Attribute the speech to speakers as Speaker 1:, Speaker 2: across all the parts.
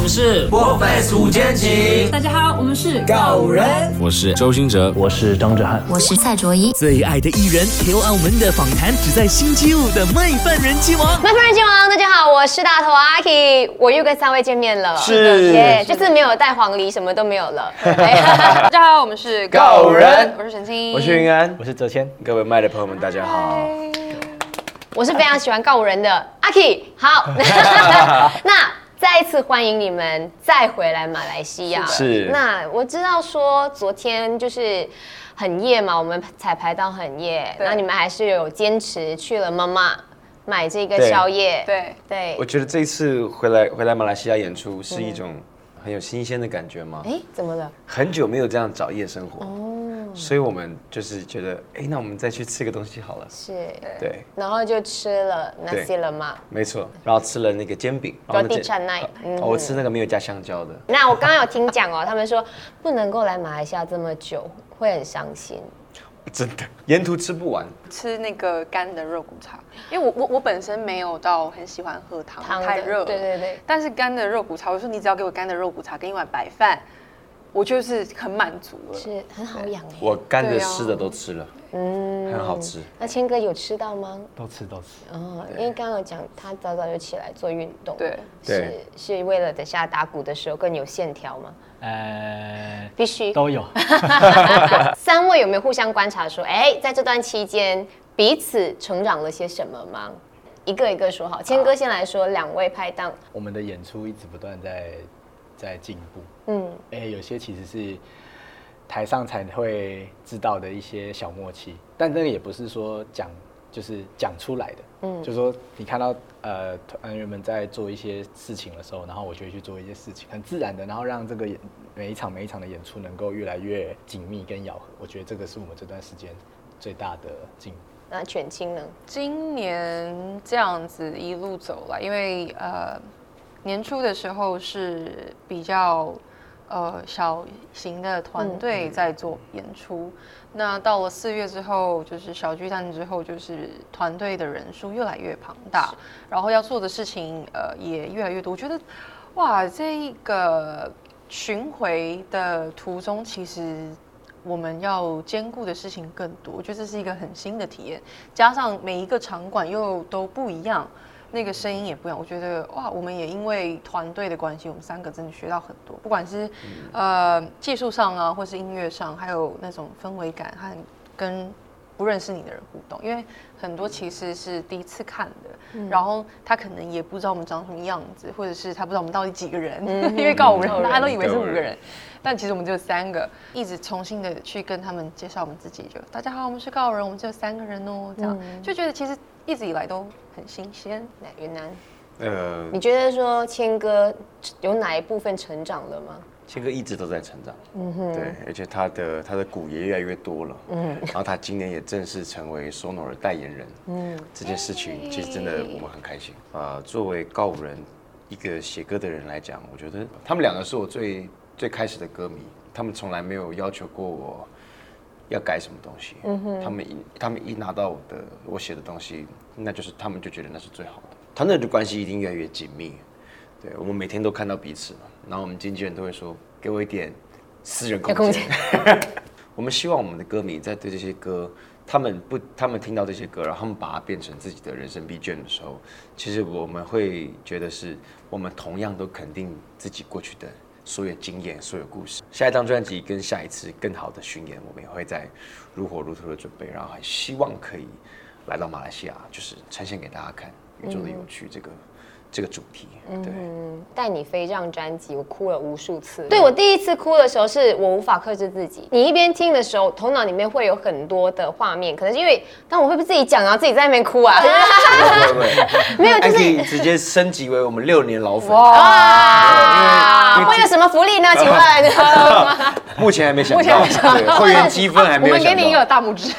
Speaker 1: 们是
Speaker 2: 墨菲数千集，
Speaker 3: 大家好，我们是
Speaker 2: 狗人，
Speaker 1: 我是周兴哲，
Speaker 4: 我是张哲瀚，
Speaker 5: 我是蔡卓宜。
Speaker 6: 最爱的艺人 Q 澳门的访谈，只在星期五的《麦饭人气王》。
Speaker 7: 麦饭人气王，大家好，我是大头阿 K，我又跟三位见面了，
Speaker 2: 是
Speaker 7: 耶，这次没有带黄梨，什么都没有 了。哎
Speaker 3: 大家好，我们是
Speaker 2: 狗人
Speaker 3: 我是陈青，
Speaker 2: 我是云安，
Speaker 4: 我是哲谦。
Speaker 2: 各位麦的朋友们，大家好。
Speaker 7: 我是非常喜欢告五人的阿 K。好， 那再一次欢迎你们再回来马来西亚。
Speaker 2: 是
Speaker 7: 那我知道说昨天就是很夜嘛，我们彩排到很夜，
Speaker 3: 对
Speaker 7: 那你们还是有坚持去了妈妈买这个
Speaker 2: 对
Speaker 7: 宵夜。
Speaker 3: 对，
Speaker 7: 对
Speaker 2: 我，觉得这一次回来回来马来西亚演出是一种很有新鲜的感觉嘛，
Speaker 7: 哎，怎么了？
Speaker 2: 很久没有这样找夜生活，所以我们就是觉得，哎，那我们再去吃个东西好了。
Speaker 7: 是，
Speaker 2: 对，
Speaker 7: 然后就吃了那
Speaker 2: 对
Speaker 7: 些了嘛。
Speaker 2: 没错。然后吃了那个煎饼，然后那
Speaker 7: 地产奶嗯
Speaker 2: 哦，我吃那个没有加香蕉的。
Speaker 7: 那我刚刚有听讲哦，他 们说不能够来马来西亚这么久，会很伤心。
Speaker 2: 真的，沿途吃不完。
Speaker 8: 吃那个干的肉骨茶，因为我我我本身没有到很喜欢喝汤，
Speaker 7: 汤的
Speaker 8: 太热了。
Speaker 7: 对对对
Speaker 8: 但是干的肉骨茶，我说你只要给我干的肉骨茶跟一碗白饭，我就是很满足了。
Speaker 7: 是很好养哎、
Speaker 2: 我干的
Speaker 8: 对啊
Speaker 2: 湿的都吃了，嗯，很好吃。
Speaker 7: 那谦哥有吃到吗？
Speaker 4: 都吃都吃，
Speaker 7: 哦，因为刚刚有讲他早早就起来做运动，
Speaker 8: 对
Speaker 7: 是
Speaker 2: 对
Speaker 7: 是为了等下打鼓的时候更有线条吗？
Speaker 4: 呃，
Speaker 7: 必须。
Speaker 4: 都有。
Speaker 7: 三位有没有互相观察说，哎、在这段期间彼此成长了些什么吗？一个一个说好，谦哥先来说，两位拍档，
Speaker 4: 我们的演出一直不断在在进步，
Speaker 7: 嗯，
Speaker 4: 哎、有些其实是台上才会知道的一些小默契，但那个也不是说讲就是讲出来的，嗯，就说你看到呃团员们在做一些事情的时候，然后我就会去做一些事情，很自然的，然后让这个演每一场每一场的演出能够越来越紧密跟咬合，我觉得这个是我们这段时间最大的进步。
Speaker 7: 那犬青呢？
Speaker 8: 今年这样子一路走来，因为呃年初的时候是比较呃小型的团队在做演出，那到了四月之后，就是小巨蛋之后，就是团队的人数越来越庞大，然后要做的事情呃也越来越多。我觉得哇，这个巡回的途中其实。我们要兼顾的事情更多，我觉得这是一个很新的体验。加上每一个场馆又都不一样，那个声音也不一样。我觉得哇，我们也因为团队的关系，我们三个真的学到很多，不管是、呃技术上啊，或是音乐上，还有那种氛围感和跟不认识你的人互动，因为很多其实是第一次看的，然后他可能也不知道我们长什么样子，或者是他不知道我们到底几个人， 因为告五人，大家都以为是五个人，但其实我们只有三个，一直重新的去跟他们介绍我们自己，就大家好，我们是告五人，我们只有三个人哦，这样、就觉得其实一直以来都很新鲜。
Speaker 7: 那云南，
Speaker 2: 呃，
Speaker 7: 你觉得说谦哥有哪一部分成长了吗？
Speaker 2: 谦哥一直都在成长，嗯哼，对，而且他的他的鼓也越来越多了，嗯，然后他今年也正式成为索诺尔代言人，嗯，这件事情其实真的我们很开心啊、呃作为告五人一个写歌的人来讲，我觉得他们两个是我最最开始的歌迷，他们从来没有要求过我要改什么东西，嗯哼，他们一他们一拿到我的我写的东西，那就是他们就觉得那是最好的，团队的关系一定越来越紧密，对，我们每天都看到彼此嘛，然后我们经纪人都会说，给我一点私人空间。
Speaker 7: 空间
Speaker 2: 我们希望我们的歌迷在对这些歌，他们不，他们听到这些歌，然后他们把它变成自己的人生必卷的时候，其实我们会觉得是，我们同样都肯定自己过去的所有经验、所有故事。下一张专辑跟下一次更好的巡演，我们也会在如火如荼的准备，然后还希望可以来到马来西亚，就是呈现给大家看宇宙的有趣这个、这个主题。对。
Speaker 7: 带你飞这张专辑，我哭了无数次。嗯对我第一次哭的时候，是我无法克制自己。你一边听的时候，头脑里面会有很多的画面，可能是因为，但我会不会自己讲，然后自己在那边哭啊？
Speaker 2: 不会 不会，没有，就是直接升级为我们六年老粉，
Speaker 7: 哇！ 会有什么福利呢？请 问？
Speaker 2: 目前还没想到，对， 会员积分还
Speaker 8: 我
Speaker 2: 没有
Speaker 8: 们给
Speaker 2: 想
Speaker 8: 你一个
Speaker 2: 到。
Speaker 8: 大拇指，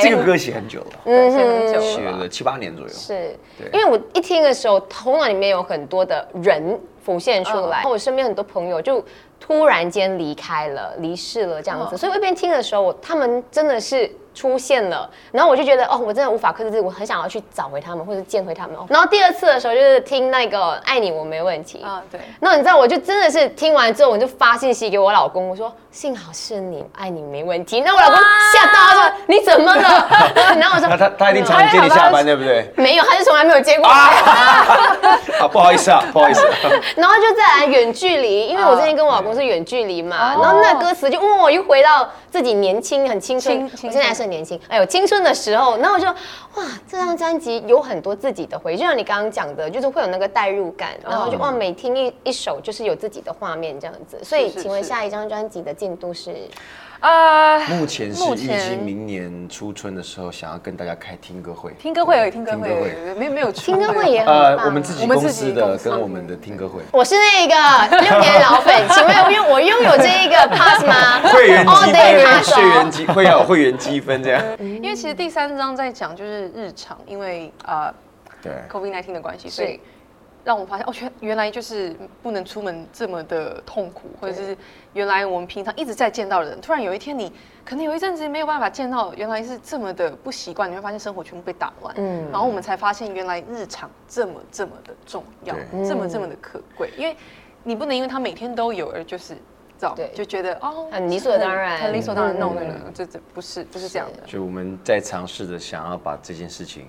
Speaker 2: 这个歌写很久了，
Speaker 8: 嗯，写很久
Speaker 2: 写
Speaker 8: 了。
Speaker 2: 了七八年左右。
Speaker 7: 是
Speaker 2: 对
Speaker 7: 因为我一听的时候，头脑里面有很多的人浮现出来。然后我身边很多朋友就突然间离开了、离世了这样子，所以我一边听的时候，我他们真的是。出现了，然后我就觉得哦，我真的无法克制自己，我很想要去找回他们或者见回他们。哦然后第二次的时候就是听那个《爱你我没问题》
Speaker 8: 啊，对，
Speaker 7: 那你知道，我就真的是听完之后，我就发信息给我老公，我说幸好是你，爱你没问题。那我老公吓到，他说你怎么了？然后我
Speaker 2: 那
Speaker 7: 说嗯哎
Speaker 2: 他他一定常常接你下班，对不对？
Speaker 7: 没有，他是从来没有接过。
Speaker 8: 嗯
Speaker 2: 啊，不好意思 啊，不好意思、
Speaker 7: 然后就再来远距离，因为我之前跟我老公是远距离
Speaker 8: 哦
Speaker 7: 嘛，然后那歌词就问我又回到自己年轻很青春，
Speaker 8: 青
Speaker 7: 我
Speaker 8: 青春
Speaker 7: 现在还是很年轻，哎呦青春的时候，然后我就哇，这张专辑有很多自己的回忆，就像你刚刚讲的，就是会有那个代入感，
Speaker 8: 哦
Speaker 7: 然后就哇每听一一首就是有自己的画面这样子，所以
Speaker 8: 是是
Speaker 7: 请问
Speaker 8: 是
Speaker 7: 下一张专辑的进度是？
Speaker 8: 啊，
Speaker 2: 目前是
Speaker 8: 目
Speaker 2: 预
Speaker 8: 前
Speaker 2: 计明年初春的时候，想要跟大家开听歌会。
Speaker 8: 听歌会有听歌
Speaker 2: 听歌
Speaker 8: 会
Speaker 2: 会，
Speaker 8: 没有没有
Speaker 7: 听歌会也很
Speaker 2: 呃，
Speaker 7: 棒
Speaker 2: 我们自己
Speaker 8: 我们
Speaker 2: 公
Speaker 8: 自己
Speaker 2: 司的
Speaker 8: 公司哦
Speaker 2: 跟我们的听歌会。
Speaker 7: 我是那个六年老粉， 请问拥我拥有这一个 pass 吗？
Speaker 2: 会员积
Speaker 7: All day
Speaker 2: 分，
Speaker 7: pass 哦
Speaker 2: 会员积会要有会员积分这样。
Speaker 8: 因为其实第三章在讲就是日常，因为呃
Speaker 2: 对，
Speaker 8: COVID 1 9的关系，所以让我发现哦，原原来就是不能出门这么的痛苦，或者是原来我们平常一直在见到的人，突然有一天你可能有一阵子没有办法见到，原来是这么的不习惯，你会发现生活全部被打乱，嗯，然后我们才发现原来日常这么这么的重要
Speaker 2: 对，
Speaker 8: 这么这么的可贵，
Speaker 7: 嗯
Speaker 8: 因为你不能因为他每天都有而就是。知道
Speaker 7: 对
Speaker 8: 就觉得哦，
Speaker 7: 很理所当然
Speaker 8: 很理所当然。
Speaker 7: 嗯
Speaker 8: no no no，这这不是不是这样的。
Speaker 2: 所以我们在尝试着想要把这件事情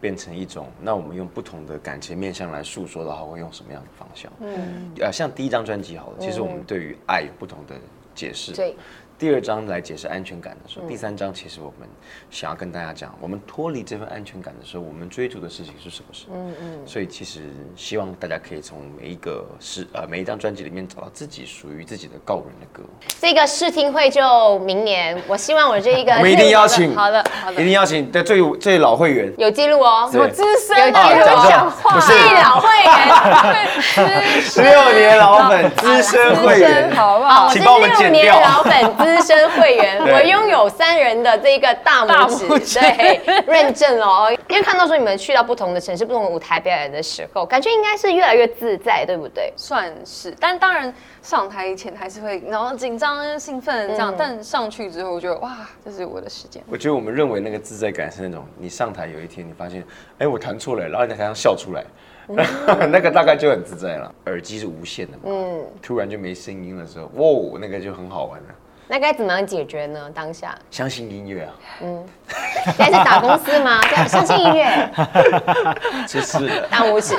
Speaker 2: 变成一种，那我们用不同的感情面向来诉说的话，会用什么样的方向？嗯，呃，像第一张专辑好了，其实我们对于爱有不同的解释。
Speaker 7: 嗯对。嗯
Speaker 2: 第二章来解释安全感的时候，第三章其实我们想要跟大家讲，我们脱离这份安全感的时候，我们追逐的事情是什么事？嗯嗯。所以其实希望大家可以从每一个是呃每一张专辑里面找到自己属于自己的告人的歌。
Speaker 7: 这个试听会就明年，我希望我这一个
Speaker 2: 我们一定邀请
Speaker 7: 哎好的，好
Speaker 2: 一
Speaker 7: 的，
Speaker 2: 定邀请对最最老会员，
Speaker 7: 有记录哦，
Speaker 2: 对
Speaker 7: 深有记
Speaker 2: 啊
Speaker 7: 录
Speaker 2: 讲
Speaker 7: 哦，
Speaker 2: 错了不是
Speaker 7: 最老
Speaker 8: 哦
Speaker 7: 会员，
Speaker 2: 十六年老粉资深会员，啊
Speaker 8: 啊好不好？
Speaker 2: 请帮我们
Speaker 7: 我是
Speaker 2: 剪
Speaker 7: 六年
Speaker 2: 掉。
Speaker 7: 老粉资深 会员，
Speaker 2: 对
Speaker 7: 我拥有三人的这个大拇指，对，认证了哦。因为看到说你们去到不同的城市、不同的舞台表演的时候，感觉应该是越来越自在，对不对？
Speaker 8: 算是，但当然上台前还是会，然后紧张、兴奋这样，但上去之后就哇，这是我的时间。
Speaker 2: 我觉得我们认为那个自在感是那种，你上台有一天你发现，哎，我弹错了，然后你在台上笑出来，
Speaker 8: 嗯
Speaker 2: 那个大概就很自在了。耳机是无线的嘛，突然就没声音的时候，哇，哦那个就很好玩了。
Speaker 7: 那该怎么样解决呢？当下
Speaker 2: 相信音乐啊，
Speaker 7: 现在是打公司吗？对啊，相信音乐，
Speaker 2: 就是
Speaker 7: 大拇指，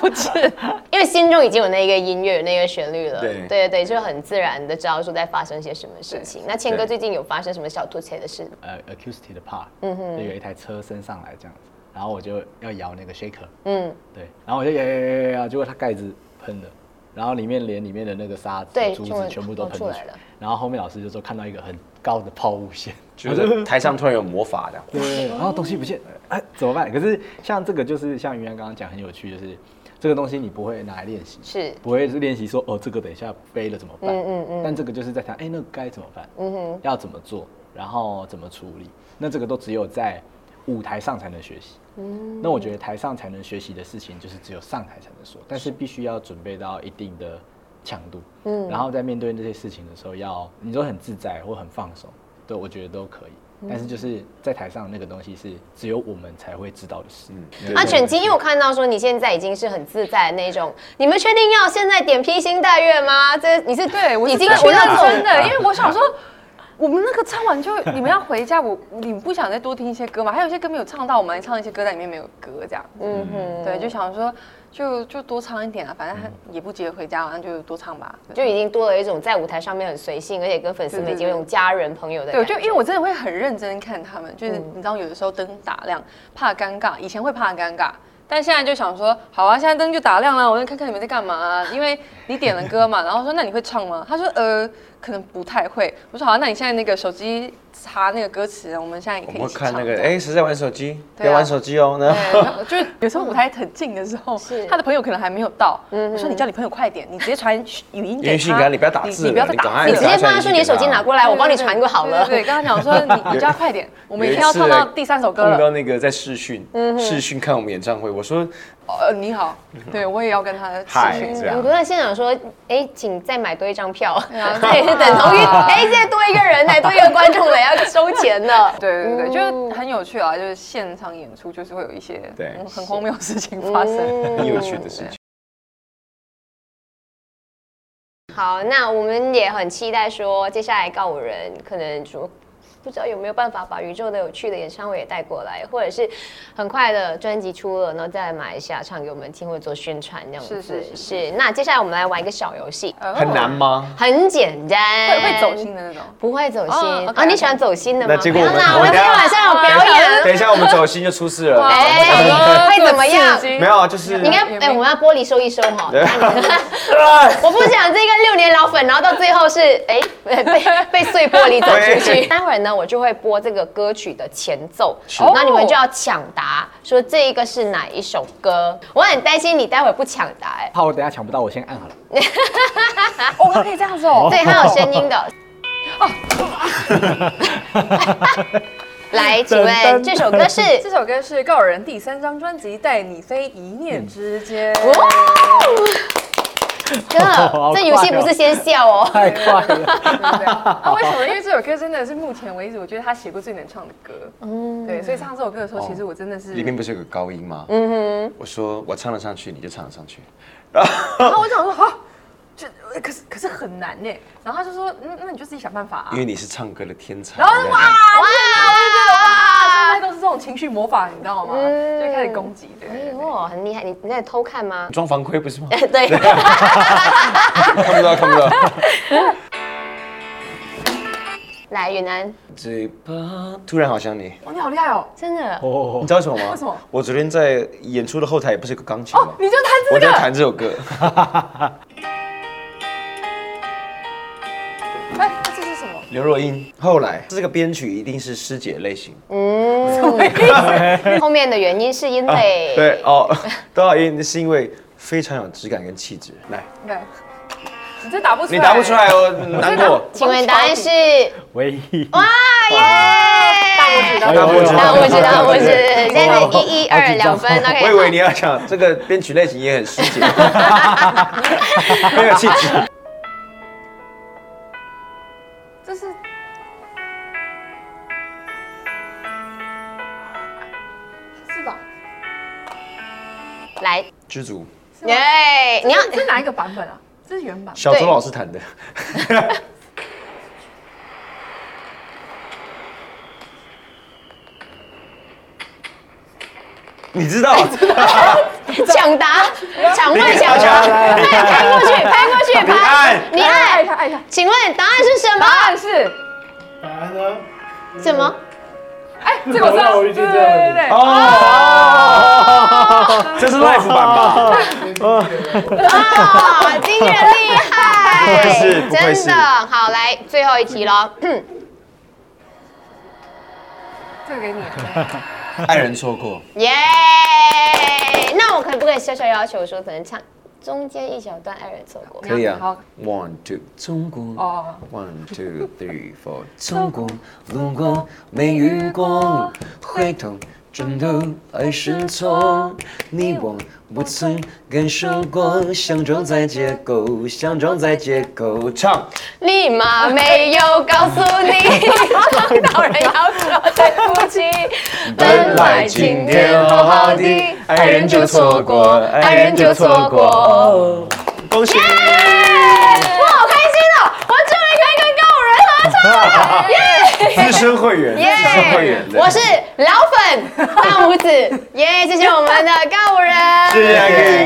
Speaker 7: 不是，因为心中已经有那个音乐、有那个旋律了，
Speaker 2: 对
Speaker 7: 对对对，就很自然的知道说在发生些什么事情。那谦哥
Speaker 2: 对
Speaker 7: 最近有发生什么小吐血的事吗？
Speaker 4: 呃 acoustic 的 part，就
Speaker 7: 嗯
Speaker 4: 有一台车升上来这样子，然后我就要摇那个 shaker，嗯，对，然后我就摇摇摇摇摇，结果它盖子喷了，然后里面连里面的那个沙子
Speaker 7: 对、
Speaker 4: 珠
Speaker 7: 就
Speaker 4: 子
Speaker 7: 会
Speaker 4: 全部都
Speaker 7: 跑
Speaker 4: 喷
Speaker 7: 出
Speaker 4: 出
Speaker 7: 来
Speaker 4: 去
Speaker 7: 了，
Speaker 4: 然后后面老师就说看到一个很高的抛物线，
Speaker 2: 就是台上突然有魔法 的，
Speaker 4: 对，
Speaker 7: 哦
Speaker 4: 然后东西不见， 哎、怎么办？可是像这个就是像云安刚刚讲很有趣，就是这个东西你不会拿来练习，
Speaker 7: 是
Speaker 4: 不会是练习说哦这个等一下飞了怎么办？嗯嗯但这个就是在想，哎、那个该怎么办？嗯哼，要怎么做，然后怎么处理？那这个都只有在舞台上才能学习。嗯，那我觉得台上才能学习的事情，就是只有上台才能说，但是必须要准备到一定的强度。嗯，然后在面对那些事情的时候要，你都很自在或很放松，对我觉得都可以。但是就是在台上那个东西是只有我们才会知道的事。嗯
Speaker 7: 啊，犬鸡，因为我看到说你现在已经是很自在的那种，你们确定要现在点披星戴月吗？这你是
Speaker 8: 对，我
Speaker 7: 已经
Speaker 8: 是
Speaker 7: 去
Speaker 8: 真的
Speaker 7: 那
Speaker 8: 我是真
Speaker 7: 种
Speaker 8: 的，因为我想说。我们那个唱完就你们要回家，我你们不想再多听一些歌吗？还有一些歌没有唱到，我们还唱一些歌在里面没有歌这样。嗯哼，对，就想说就就多唱一点啊，反正他也不急着回家，然后就多唱吧。
Speaker 7: 就已经多了一种在舞台上面很随性，而且跟粉丝们已经有一种家人朋友的
Speaker 8: 对，
Speaker 7: 感
Speaker 8: 就因
Speaker 7: 觉。
Speaker 8: 为我真的会很认真看他们，就是
Speaker 2: 嗯
Speaker 8: 你知道，有的时候灯打亮，怕尴尬，以前会怕尴尬。但现在就想说，好啊，现在灯就打亮了，我就看看你们在干嘛啊、因为你点了歌嘛，然后说那你会唱吗？他说呃，可能不太会。我说好、啊，那你现在那个手机查那个歌词，我们现在也
Speaker 2: 我们
Speaker 8: 可以一
Speaker 2: 会
Speaker 8: 起
Speaker 2: 看那
Speaker 8: 唱
Speaker 2: 个，
Speaker 8: 这样
Speaker 2: 哎，谁在玩手机？不
Speaker 8: 对啊
Speaker 2: 要玩手机哦。然
Speaker 8: 对，
Speaker 2: 后
Speaker 8: 然后就是有时候舞台很近的时候
Speaker 7: 是，
Speaker 8: 他的朋友可能还没有到。
Speaker 2: 嗯
Speaker 8: 我说你叫你朋友快点，你直接传语音
Speaker 2: 语
Speaker 8: 给他，
Speaker 2: 音讯给他你不要打字了
Speaker 8: 你不要再
Speaker 2: 你赶
Speaker 8: 打
Speaker 2: 快
Speaker 8: 字了
Speaker 7: 你直接帮他说你的手机拿过来，我帮你传过好了。哎
Speaker 8: 对，对对跟他讲说你你叫他快 点，我们已经要唱到第三首歌
Speaker 2: 有一次碰
Speaker 8: 了。嗯
Speaker 2: 到那个在视讯，视讯看我们演唱会，我说
Speaker 8: 呃，你好，对我也要跟他
Speaker 2: 嗨
Speaker 8: 视讯。
Speaker 2: 这
Speaker 7: 嗯我
Speaker 2: 样
Speaker 7: 们不。在现场说，哎，请再买多一张票，
Speaker 8: 啊
Speaker 7: 这也是等同于哎，现在多一个人来，多一个观众来，要收 钱了。
Speaker 8: 对对对，
Speaker 7: 哦
Speaker 8: 就是很有趣啊！就是现场演出，就是会有一些
Speaker 2: 对
Speaker 8: 嗯很荒谬的事情发生。
Speaker 7: 哦
Speaker 2: 很有趣的事情。
Speaker 7: 好，那我们也很期待说，接下来告五人可能说。不知道有没有办法把宇宙的有趣的演唱会也带过来，或者是很快的专辑出了，然后再来马来西亚唱给我们听，或者做宣传这样子。
Speaker 8: 是是是
Speaker 7: 那接下来我们来玩一个小游戏，
Speaker 2: 很难吗？
Speaker 7: 很简单，
Speaker 8: 会会走心的那种。
Speaker 7: 不会走心、
Speaker 8: 哦，OK，
Speaker 7: 啊？你喜欢走心的吗？
Speaker 2: 那结果我们
Speaker 7: 不要啦我们今天晚上有表
Speaker 2: 哦
Speaker 7: 演，
Speaker 2: 等一下我们走心就出事
Speaker 8: 啊
Speaker 2: 了。
Speaker 7: 哎，会怎么样？
Speaker 2: 没有，啊，就是
Speaker 7: 你应该
Speaker 8: 也没
Speaker 7: 哎，我们要玻璃收一收哈。
Speaker 2: 对啊
Speaker 7: 我不想这个六年老粉，然后到最后是哎被被被碎玻璃走出去。待会儿呢，我就会播这个歌曲的前奏，然后你
Speaker 8: 哦
Speaker 7: 们就要抢答，说这一个是哪一首歌。我很担心你待会儿不抢答，哎，
Speaker 4: 怕我等一下抢不到，我先按好了。
Speaker 8: 哦，他可以这样子哦。
Speaker 7: 对，它有声 音的。来，请问这首 歌是？
Speaker 8: 这首歌是告尔人第三张专辑《带你飞一念
Speaker 7: 嗯
Speaker 8: 之间》。
Speaker 7: 哦哥，这游戏不是先笑哦。
Speaker 4: 太快 了，
Speaker 8: 对不对？啊，为什么？因为这首歌真的是目前为止，我觉得他写过最能唱的歌。嗯，对，所以唱这首歌的时候，其实我真的是，
Speaker 2: 里面不是有个高音吗？嗯哼，我说我唱得上去，你就唱得上去。
Speaker 8: 然后我就想说，好，就呃可是可是很难呢。然后他就说，嗯，那你就自己想办法啊
Speaker 2: 因。为你是唱歌的天才。？
Speaker 8: 然后 就哇，
Speaker 7: 哇
Speaker 8: 现在都是这种情绪魔法，你知道吗？就开始攻击，对
Speaker 7: 哎
Speaker 8: 对。
Speaker 7: 呦，很厉害！你你在偷看吗？
Speaker 2: 装防窥不是吗
Speaker 7: 对，
Speaker 2: 看不到，看不到。
Speaker 7: 来云南，
Speaker 2: 嘴巴突然好想你，
Speaker 8: 哇，你好厉害哦！
Speaker 7: 真的，
Speaker 2: 你知道为什么吗？
Speaker 8: 为什么？
Speaker 2: 我昨天在演出的后台不是有个钢琴吗？
Speaker 8: 哦你就
Speaker 2: 嗯我
Speaker 8: 弹这
Speaker 2: 在
Speaker 8: 个，
Speaker 2: 弹这首歌，
Speaker 8: 哎，那这是什么？
Speaker 2: 刘若英。后来这个编曲一定是师姐类型。
Speaker 7: 后面的原因是因为
Speaker 2: 啊对哦， 多少音是因为非常有质感跟气质。来，
Speaker 8: 你看，你这打不出来，
Speaker 2: 你答不出来，我难过。
Speaker 7: 请问答案是
Speaker 2: 哦
Speaker 4: 唯一。
Speaker 7: 耶？
Speaker 4: 哎
Speaker 2: 答
Speaker 4: 呦
Speaker 2: 不出来
Speaker 7: 答我知道，我知
Speaker 2: 对
Speaker 7: 现在是一一二两分，OK。
Speaker 8: 啊
Speaker 2: 我以为你要讲这个编曲类型也很师 姐，很有气质。
Speaker 8: 这是是吧？
Speaker 7: 来，
Speaker 2: 知足，
Speaker 7: 耶！你要
Speaker 8: 这是哪一个版本啊？这是原版。
Speaker 2: 小周老师弹的。 你知 道？
Speaker 7: 抢答，抢问抢答，
Speaker 2: 来
Speaker 7: 拍拍过去，拍过去，
Speaker 2: 你
Speaker 7: 拍
Speaker 2: 按，
Speaker 7: 你
Speaker 8: 爱
Speaker 7: 按。
Speaker 8: 他，爱他。
Speaker 7: 请问答案是什
Speaker 8: 答案
Speaker 7: 么？
Speaker 8: 是，
Speaker 7: 什么？
Speaker 8: 哎，这个我知道，对对对对对。
Speaker 2: 哦，这是 live 版 吧？
Speaker 7: 哇，金人厉害！
Speaker 2: 不愧是不愧是
Speaker 7: 真的好，来最后一题喽。
Speaker 8: 这个给你，
Speaker 2: 爱人错过，
Speaker 7: 耶！那我可不可以小小要求说，只能唱中间一小段《爱人错过》？
Speaker 2: 可以啊
Speaker 8: 好。
Speaker 2: One two，中国。
Speaker 8: 哦，
Speaker 2: One two three four，中国路过没遇过，回头转头爱是错，你我不曾感受过，相撞在街口，相撞在街口唱。
Speaker 7: 你妈没有告诉你，撞到人要说对不起。本来今天好好的，爱人就错过，爱人就错过。，
Speaker 2: 恭喜！
Speaker 7: 我好开心哦！我终于可以跟高人合唱 了，耶！
Speaker 2: 资深会员，资深会员的，
Speaker 7: 我是老粉大拇指，耶！谢谢我们的告五人，
Speaker 2: 谢谢。